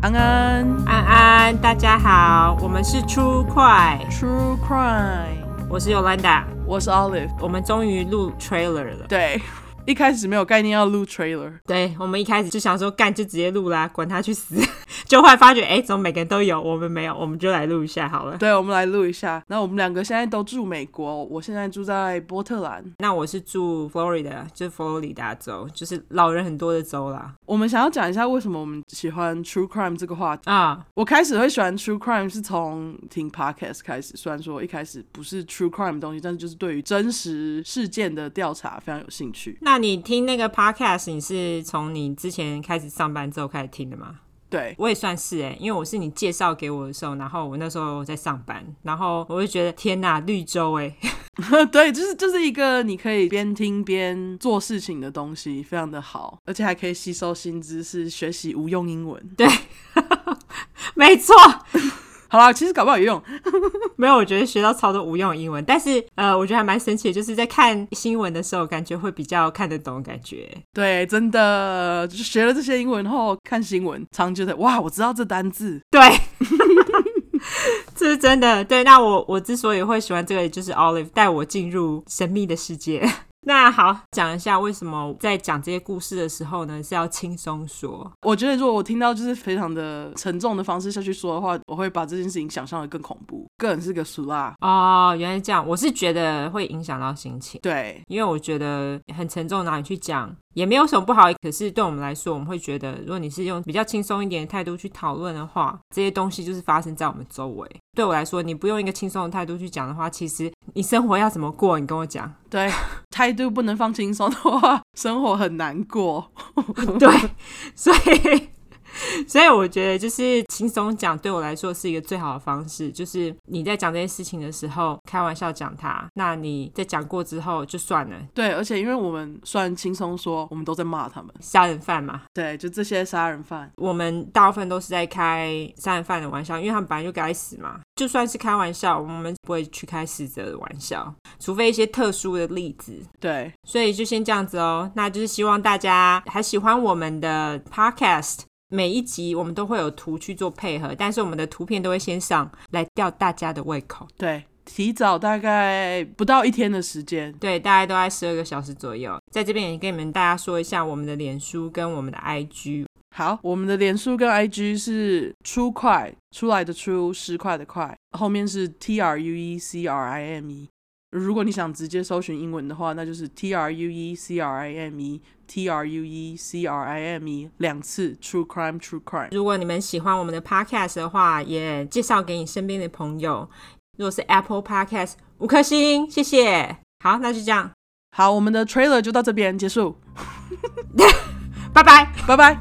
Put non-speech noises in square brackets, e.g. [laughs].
安安安安，大家好，我们是出快， ，True Crime，我是 Yolanda，我是 Olive。我们终于录 trailer 了。对，一开始没有概念要录 trailer，对，我们一开始就想说干就直接录啦，管他去死。 [laughs] 就后来发觉，哎、怎么每个人都有，我们没有，我们就来录一下好了。对，我们来录一下。那我们两个现在都住美国，我现在住在波特兰。那我是住 Florida，就是佛罗里达州，就是老人很多的州啦。我们想要讲一下为什么我们喜欢 true crime 这个话题。啊，我开始会喜欢 true crime 是从听 podcast 开始，虽然说一开始不是 true crime 的东西，但是就是对于真实事件的调查非常有兴趣。那你听那个 podcast，你是从你之前开始上班之后开始听的吗？对，我也算是哎、因为我是你介绍给我的时候，然后我那时候在上班，然后我就觉得天呐，绿洲哎、 [laughs] 对，就是就是一个你可以边听边做事情的东西，非常的好，而且还可以吸收新知识，学习无用英文。 [laughs] [laughs] 没错，好啦，其实搞不好有用。没有，我觉得学到超多无用的英文，但是呃，我觉得还蛮神奇的，就是在看新闻的时候，感觉会比较看得懂，感觉对，真的，就是学了这些英文后，看新闻常觉得哇，我知道这单字。对。 [laughs] 这是真的，对。那我我之所以会喜欢这个，就是 Olive 带我进入神秘的世界。 [laughs] 那好，讲一下为什么在讲这些故事的时候呢，是要轻松说。我觉得如果我听到就是非常的沉重的方式下去说的话，我会把这件事情想象的更恐怖。个人是个俗辣，哦，原来是这样，我是觉得会影响到心情，对因为我觉得很沉重，哪里去讲也没有什么不好。可是对我们来说，我们会觉得，如果你是用比较轻松一点的态度去讨论的话，这些东西就是发生在我们周围。对我来说，你不用一个轻松的态度去讲的话，其实你生活要怎么过，你跟我讲。对，态度不能放轻松的话，生活很难过。对，所以。 [laughs] 所以我觉得，就是轻松讲对我来说是一个最好的方式。就是你在讲这些事情的时候，开玩笑讲它；那你在讲过之后就算了，对，而且因为我们虽然轻松说，我们都在骂他们。杀人犯嘛，对，就这些杀人犯。我们大部分都是在开杀人犯的玩笑，因为他们本来就该死嘛。就算是开玩笑，我们不会去开死者的玩笑，除非一些特殊的例子。对，所以就先这样子哦。那就是希望大家还喜欢我们的 podcast。每一集我们都会有图去做配合，但是我们的图片都会先上来吊大家的胃口。对，提早大概不到一天的时间。对，大概都在十二个小时左右。在这边也跟你们大家说一下我们的脸书跟我们的 IG。好，我们的脸书跟 IG 是出块出来的出，失块的块，后面是 T R U E C R I M E。如果你想直接搜寻英文的话，那就是 T R U E C R I M E T R U E C R I M E 两次 True Crime True Crime。如果你们喜欢我们的 podcast 的话，也介绍给你身边的朋友。如果是 Apple Podcast，五颗星，谢谢。好，那就这样，好，我们的 trailer 就到这边结束，拜拜。拜拜。